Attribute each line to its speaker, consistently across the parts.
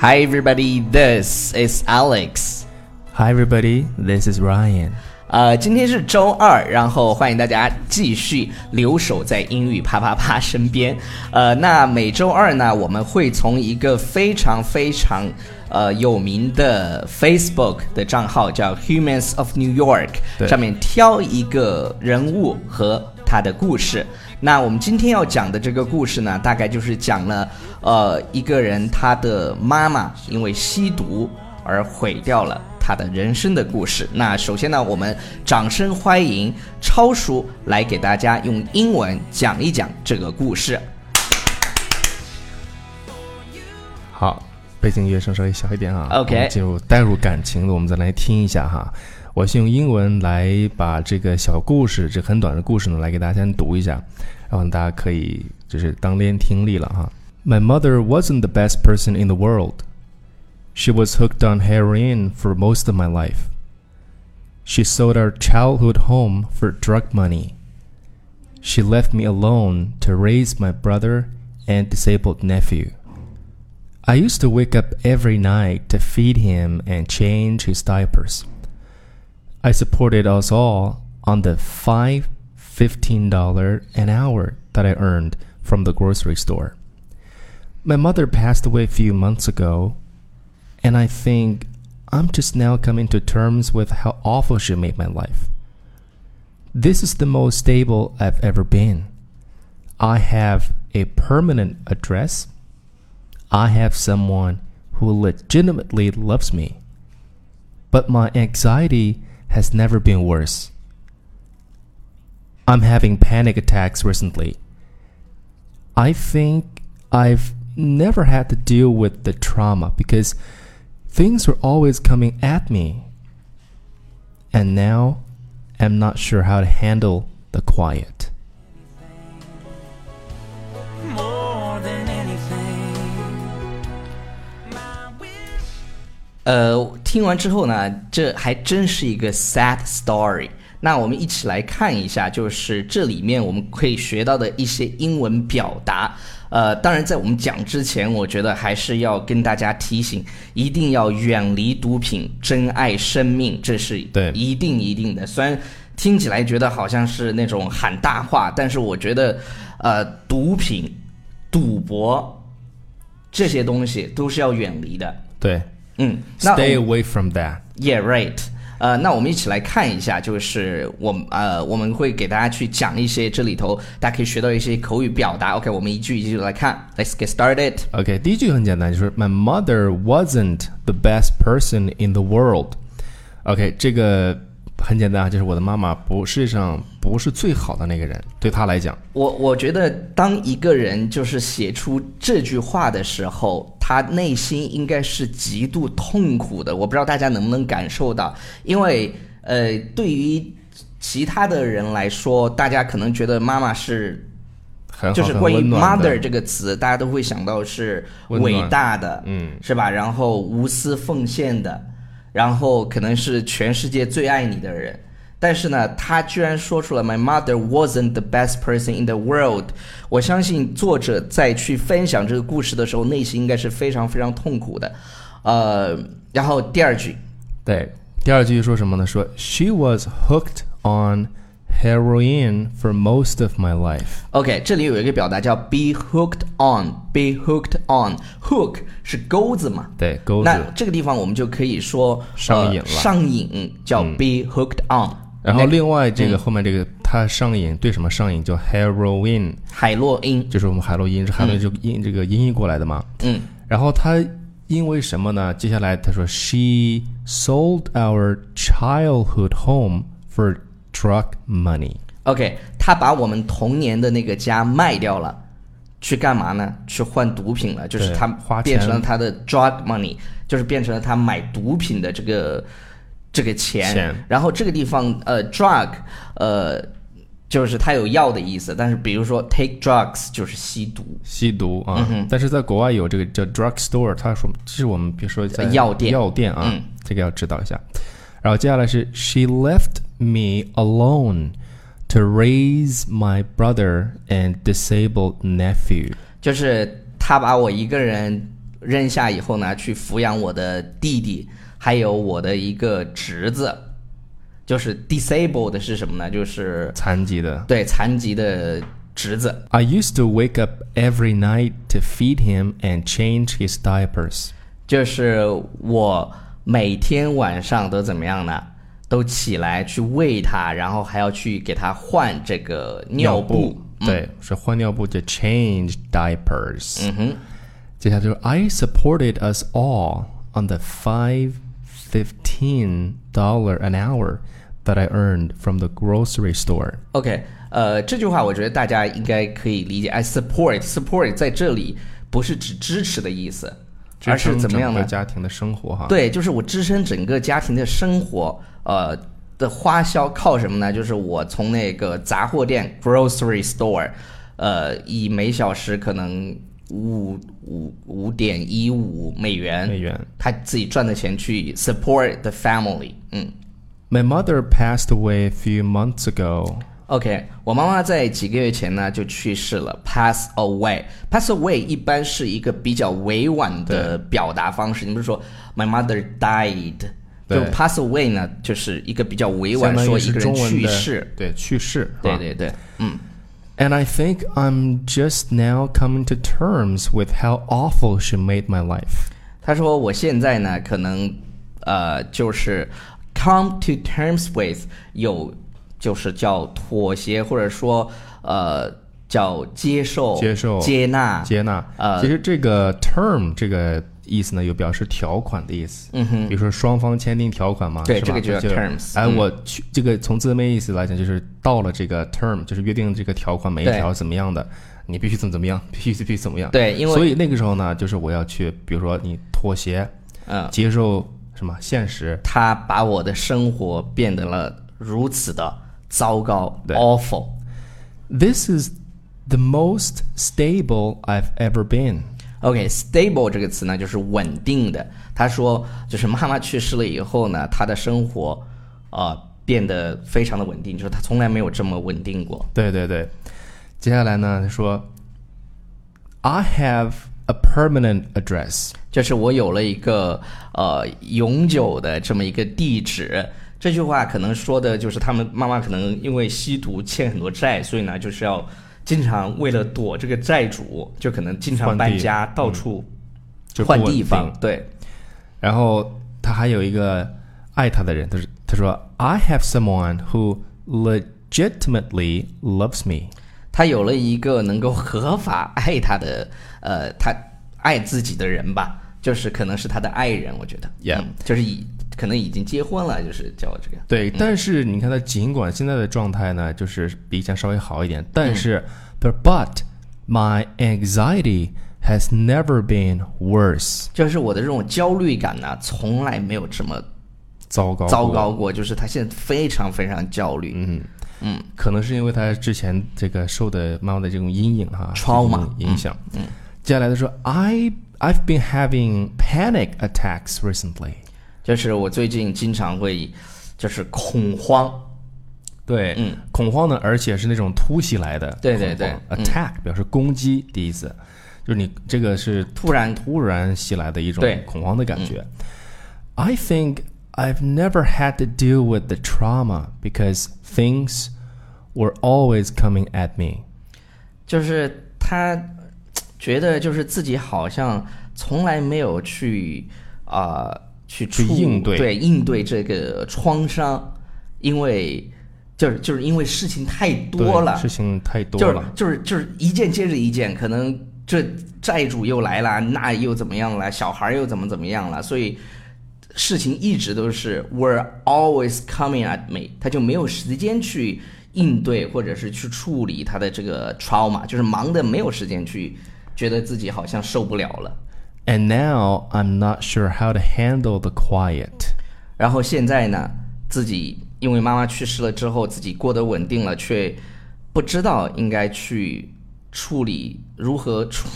Speaker 1: Hi everybody, this is Alex.
Speaker 2: Hi everybody, this is Ryan.
Speaker 1: 呃，今天是周二，然后欢迎大家继续留守在英语啪啪啪身边。呃，那每周二呢，我们会从一个非常非常呃有名的 Facebook 的账号叫 Humans of New York
Speaker 2: 对
Speaker 1: 上面挑一个人物和他的故事。那我们今天要讲的这个故事呢，大概就是讲了呃一个人他的妈妈因为吸毒而毁掉了他的人生的故事。那首先呢，我们掌声欢迎超叔来给大家用英文讲一讲这个故事。
Speaker 2: 好，背景音乐声稍微小一点啊。
Speaker 1: OK
Speaker 2: 我们进入带入感情的，我们再来听一下哈。我先用英文来把这个小故事，这很短的故事呢，来给大家先读一下，然后大家可以就是当练听力了哈。My mother wasn't the best person in the world. She was hooked on heroin for most of my life. She sold our childhood home for drug money. She left me alone to raise my brother and disabled nephew. I used to wake up every night to feed him and change his diapers. I supported us all on the five fifteen dollar an hour that I earned from the grocery store. My mother passed away a few months ago, and I think I'm just now coming to terms with how awful she made my life. This is the most stable I've ever been. I have a permanent address. I have someone who legitimately loves me. But my anxiety has never been worse. I'm having panic attacks recently. I think I've never had to deal with the trauma because things were always coming at me. And now I'm not sure how to handle the quiet.
Speaker 3: more than anything. My wish
Speaker 1: 呃，听完之后呢，这还真是一个 sad story。那我们一起来看一下，就是这里面我们可以学到的一些英文表达。呃，当然，在我们讲之前，我觉得还是要跟大家提醒，一定要远离毒品，珍爱生命，这是
Speaker 2: 对
Speaker 1: 一定一定的。虽然听起来觉得好像是那种喊大话，但是我觉得，呃，毒品、赌博这些东西都是要远离的。嗯，那
Speaker 2: Stay away from that.
Speaker 1: Yeah, right. 呃，那我们一起来看一下，就是我们呃，我们会给大家去讲一些这里头大家可以学到一些口语表达。OK，我们一句一句来看。Let's get started.
Speaker 2: OK，第一句很简单，就是 My mother wasn't the best person in the world。OK，这个很简单啊，就是我的妈妈不世界上不是最好的那个人，对她来讲，
Speaker 1: 我我觉得，当一个人就是写出这句话的时候，他内心应该是极度痛苦的。我不知道大家能不能感受到，因为呃，对于其他的人来说，大家可能觉得妈妈是
Speaker 2: 很好，
Speaker 1: 就是
Speaker 2: 很
Speaker 1: 关于
Speaker 2: 温暖
Speaker 1: mother
Speaker 2: 的
Speaker 1: 这个词，大家都会想到是
Speaker 2: 温暖
Speaker 1: 伟大的，
Speaker 2: 嗯，
Speaker 1: 是吧？然后无私奉献的，然后可能是全世界最爱你的人。但是呢，他居然说出了 “My mother wasn't the best person in the world”。我相信作者在去分享这个故事的时候，内心应该是非常非常痛苦的。呃，然后第二句，
Speaker 2: 对。第二句说什么呢？说 She was hooked on heroin for most of my life。
Speaker 1: OK，这里有一个表达叫 “be hooked on”，“be hooked on”，“hook” 是钩子嘛？
Speaker 2: 对，钩子
Speaker 1: 那。这个地方我们就可以说
Speaker 2: 上瘾了嗯
Speaker 1: 呃上瘾叫 be hooked on、
Speaker 2: 然后
Speaker 1: 那嗯
Speaker 2: 另外这个后面这个她上瘾，对什么上瘾？叫 heroin，
Speaker 1: 海洛因，
Speaker 2: 就是我们海洛因，是海洛因就音这个音译过来的嘛。
Speaker 1: 嗯，
Speaker 2: 然后他因为什么呢？接下来他说，She sold our childhood home for drug money。
Speaker 1: OK，他把我们童年的那个家卖掉了，去干嘛呢？去换毒品了，就是
Speaker 2: 对
Speaker 1: 他
Speaker 2: 花钱
Speaker 1: 变成了他的 drug money，就是变成了他买毒品的这个这个钱。
Speaker 2: 钱
Speaker 1: 然后这个地方呃 drug 呃就是它有药的意思，但是比如说 take drugs 就是吸毒。
Speaker 2: 吸毒啊，但是在国外有这个叫 drug store，他说这是我们比如说在
Speaker 1: 药店
Speaker 2: 药店啊，
Speaker 1: 嗯
Speaker 2: 这个要知道一下。然后接下来是 She left me alone to raise my brother and disabled nephew。
Speaker 1: 就是他把我一个人扔下以后呢，去抚养我的弟弟，还有我的一个侄子，就是 disabled 是什么呢？就是
Speaker 2: 残疾的。
Speaker 1: 对残疾的侄子。
Speaker 2: I used to wake up every night to feed him and change his diapers.
Speaker 1: 就是我每天晚上都怎么样呢？都起来去喂它，然后还要去给它换这个尿布。嗯
Speaker 2: 对，是换尿布就 change diapers。
Speaker 1: 嗯哼，
Speaker 2: 接下来就是 I supported us all on the five fifteen dollar an hour that I earned from the grocery store。
Speaker 1: OK，呃，这句话我觉得大家应该可以理解。I support support 在这里不是指支持的意思，而是怎么样
Speaker 2: 的
Speaker 1: 呢？
Speaker 2: 家庭的生活哈？，
Speaker 1: 对，就是我支撑整个家庭的生活，呃的花销靠什么呢？就是我从那个杂货店 （grocery store），呃，以每小时可能五五五点一五美元，
Speaker 2: 美元。
Speaker 1: 他自己赚的钱去 support the family。嗯
Speaker 2: My mother passed away a few months ago.
Speaker 1: ，OK，我妈妈在几个月前呢就去世了，pass away。pass away 一般是一个比较委婉的表达方式，你不是说 my mother died，
Speaker 2: 对
Speaker 1: 就 pass away 呢就是一个比较委
Speaker 2: 相
Speaker 1: 婉
Speaker 2: 当于
Speaker 1: 说一
Speaker 2: 是
Speaker 1: 个人
Speaker 2: 中文
Speaker 1: 去
Speaker 2: 的
Speaker 1: 世。，
Speaker 2: 对去世，
Speaker 1: 对
Speaker 2: 啊
Speaker 1: 对对，嗯
Speaker 2: And I think I'm just now coming to terms with how awful she made my life.
Speaker 1: 他说我现在呢，可能呃就是 come to terms with 有就是叫妥协，或者说呃叫接受、
Speaker 2: 接受
Speaker 1: 接纳、
Speaker 2: 接纳，
Speaker 1: 呃
Speaker 2: 其实这个 term 这个意思呢，有表示条款的意思。嗯哼，比如说双方签订条款嘛，
Speaker 1: 对
Speaker 2: 是吧
Speaker 1: 这个就叫
Speaker 2: 是
Speaker 1: terms
Speaker 2: 哎，
Speaker 1: 嗯
Speaker 2: 我去这个从字面意思来讲，就是到了这个 term，就是约定这个条款每一
Speaker 1: 对
Speaker 2: 条怎么样的，你必须怎么怎么样， 必须必须怎么样。
Speaker 1: 对因为
Speaker 2: 所以那个时候呢，就是我要去，比如说你妥协，
Speaker 1: 嗯，
Speaker 2: 接受什么现实，
Speaker 1: 他把我的生活变得了如此的糟糕
Speaker 2: 对
Speaker 1: ，awful。
Speaker 2: This is the most stable I've ever been.
Speaker 1: OK，stable、这个词呢就是稳定的。他说，就是妈妈去世了以后呢，他的生活，呃，变得非常的稳定，就是他从来没有这么稳定过。
Speaker 2: 对对对，接下来呢说，I have a permanent address。
Speaker 1: 就是我有了一个呃永久的这么一个地址。这句话可能说的就是他们妈妈可能因为吸毒欠很多债，所以呢就是要经常为了躲这个债主，就可能经常
Speaker 2: 换地
Speaker 1: 搬家，
Speaker 2: 嗯
Speaker 1: 到处
Speaker 2: 就不
Speaker 1: 换
Speaker 2: 稳
Speaker 1: 地方
Speaker 2: 定。
Speaker 1: 对，
Speaker 2: 然后他还有一个爱他的人，他说他说 I have someone who legitimately loves me。
Speaker 1: 他有了一个能够合法爱他的呃他爱自己的人吧，就是可能是他的爱人，我觉得
Speaker 2: Yeah
Speaker 1: 嗯就是已可能已经结婚了，就是叫这个
Speaker 2: 对，但是你看他尽管现在的状态呢，就是比以前稍微好一点，但是、but but my anxiety has never been worse。
Speaker 1: 就是我的这种焦虑感呢，从来没有这么
Speaker 2: 糟糕
Speaker 1: 糟
Speaker 2: 过
Speaker 1: 糕过，就是他现在非常非常焦虑。嗯嗯
Speaker 2: 可能是因为他之前这个受的妈妈的这种阴影哈
Speaker 1: Trauma，
Speaker 2: 这种影响。嗯，接下来他说，I I've been having panic attacks recently。
Speaker 1: 就是我最近经常会就是恐慌，
Speaker 2: 对，
Speaker 1: 嗯，
Speaker 2: 恐慌呢，而且是那种突袭来的恐慌。
Speaker 1: 对对对嗯
Speaker 2: ，attack 表示攻击的意思，就是你这个是
Speaker 1: 突然
Speaker 2: 突然袭来的一种
Speaker 1: 对嗯
Speaker 2: 恐慌的感觉。I think I've never had to deal with the trauma because things were always coming at me。
Speaker 1: 就是他嘖觉得就是自己好像从来没有去啊、去
Speaker 2: 去
Speaker 1: 处
Speaker 2: 应对
Speaker 1: 对应对这个创伤，因为就是就是因为事情太多
Speaker 2: 对
Speaker 1: 了，
Speaker 2: 事情太多
Speaker 1: 就是
Speaker 2: 了。
Speaker 1: 就是就是一件接着一件，可能这债主又来了，那又怎么样了，小孩又怎么怎么样了，所以事情一直都是 were always coming at me，他就没有时间去应对或者是去处理他的这个 trauma，就是忙的没有时间去，觉得自己好像受不了了。
Speaker 2: And now I'm not sure how to handle the quiet.
Speaker 1: 然后现在呢，自己因为妈妈去世了之后，自己过得稳定了，却不知道应该去处理如何处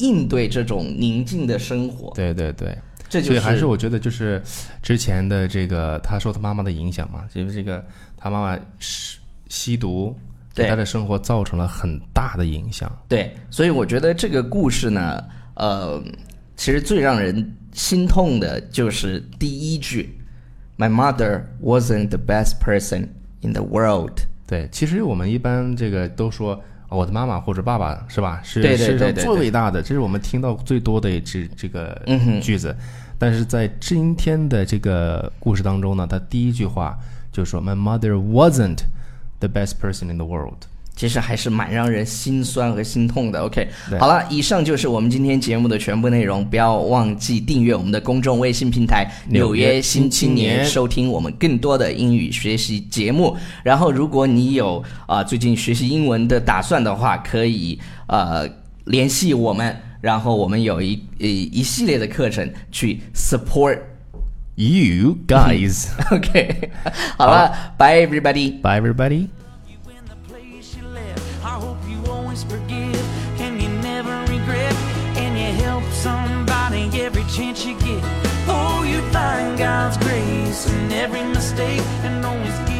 Speaker 1: 应对这种宁静的生活。
Speaker 2: 对对对，
Speaker 1: 这就
Speaker 2: 所以
Speaker 1: 是
Speaker 2: 还是我觉得就是之前的这个他受他妈妈的影响嘛，就是这个他妈妈吸吸毒
Speaker 1: 对
Speaker 2: 对他的生活造成了很大的影响。
Speaker 1: 对，所以我觉得这个故事呢，呃，其实最让人心痛的就是第一句，My mother wasn't the best person in the world。
Speaker 2: 对，其实我们一般这个都说啊我的妈妈或者爸爸是吧，是
Speaker 1: 对对
Speaker 2: 世
Speaker 1: 对
Speaker 2: 上
Speaker 1: 对
Speaker 2: 最
Speaker 1: 对
Speaker 2: 伟大的，这是我们听到最多的这这个
Speaker 1: 嗯哼
Speaker 2: 句子。但是在今天的这个故事当中呢，他第一句话就说 “My mother wasn't the best person in the world”。
Speaker 1: 其实还是蛮让人心酸和心痛的。OK，
Speaker 2: 对
Speaker 1: 好了，以上就是我们今天节目的全部内容。不要忘记订阅我们的公众微信平台《
Speaker 2: 纽
Speaker 1: 纽
Speaker 2: 约
Speaker 1: 约新
Speaker 2: 新青
Speaker 1: 青年
Speaker 2: 年》，
Speaker 1: 收听我们更多的英语学习节目。然后，如果你有啊、呃最近学习英文的打算的话，可以呃联系我们，然后我们有一呃一系列的课程去 support。
Speaker 2: You guys,
Speaker 1: OK，好了，Bye everybody。
Speaker 2: bye everybody.
Speaker 3: you in the place you left. I hope you always forgive and you never regret. And you help somebody every chance you get. Oh, you find God's grace in every mistake and always give.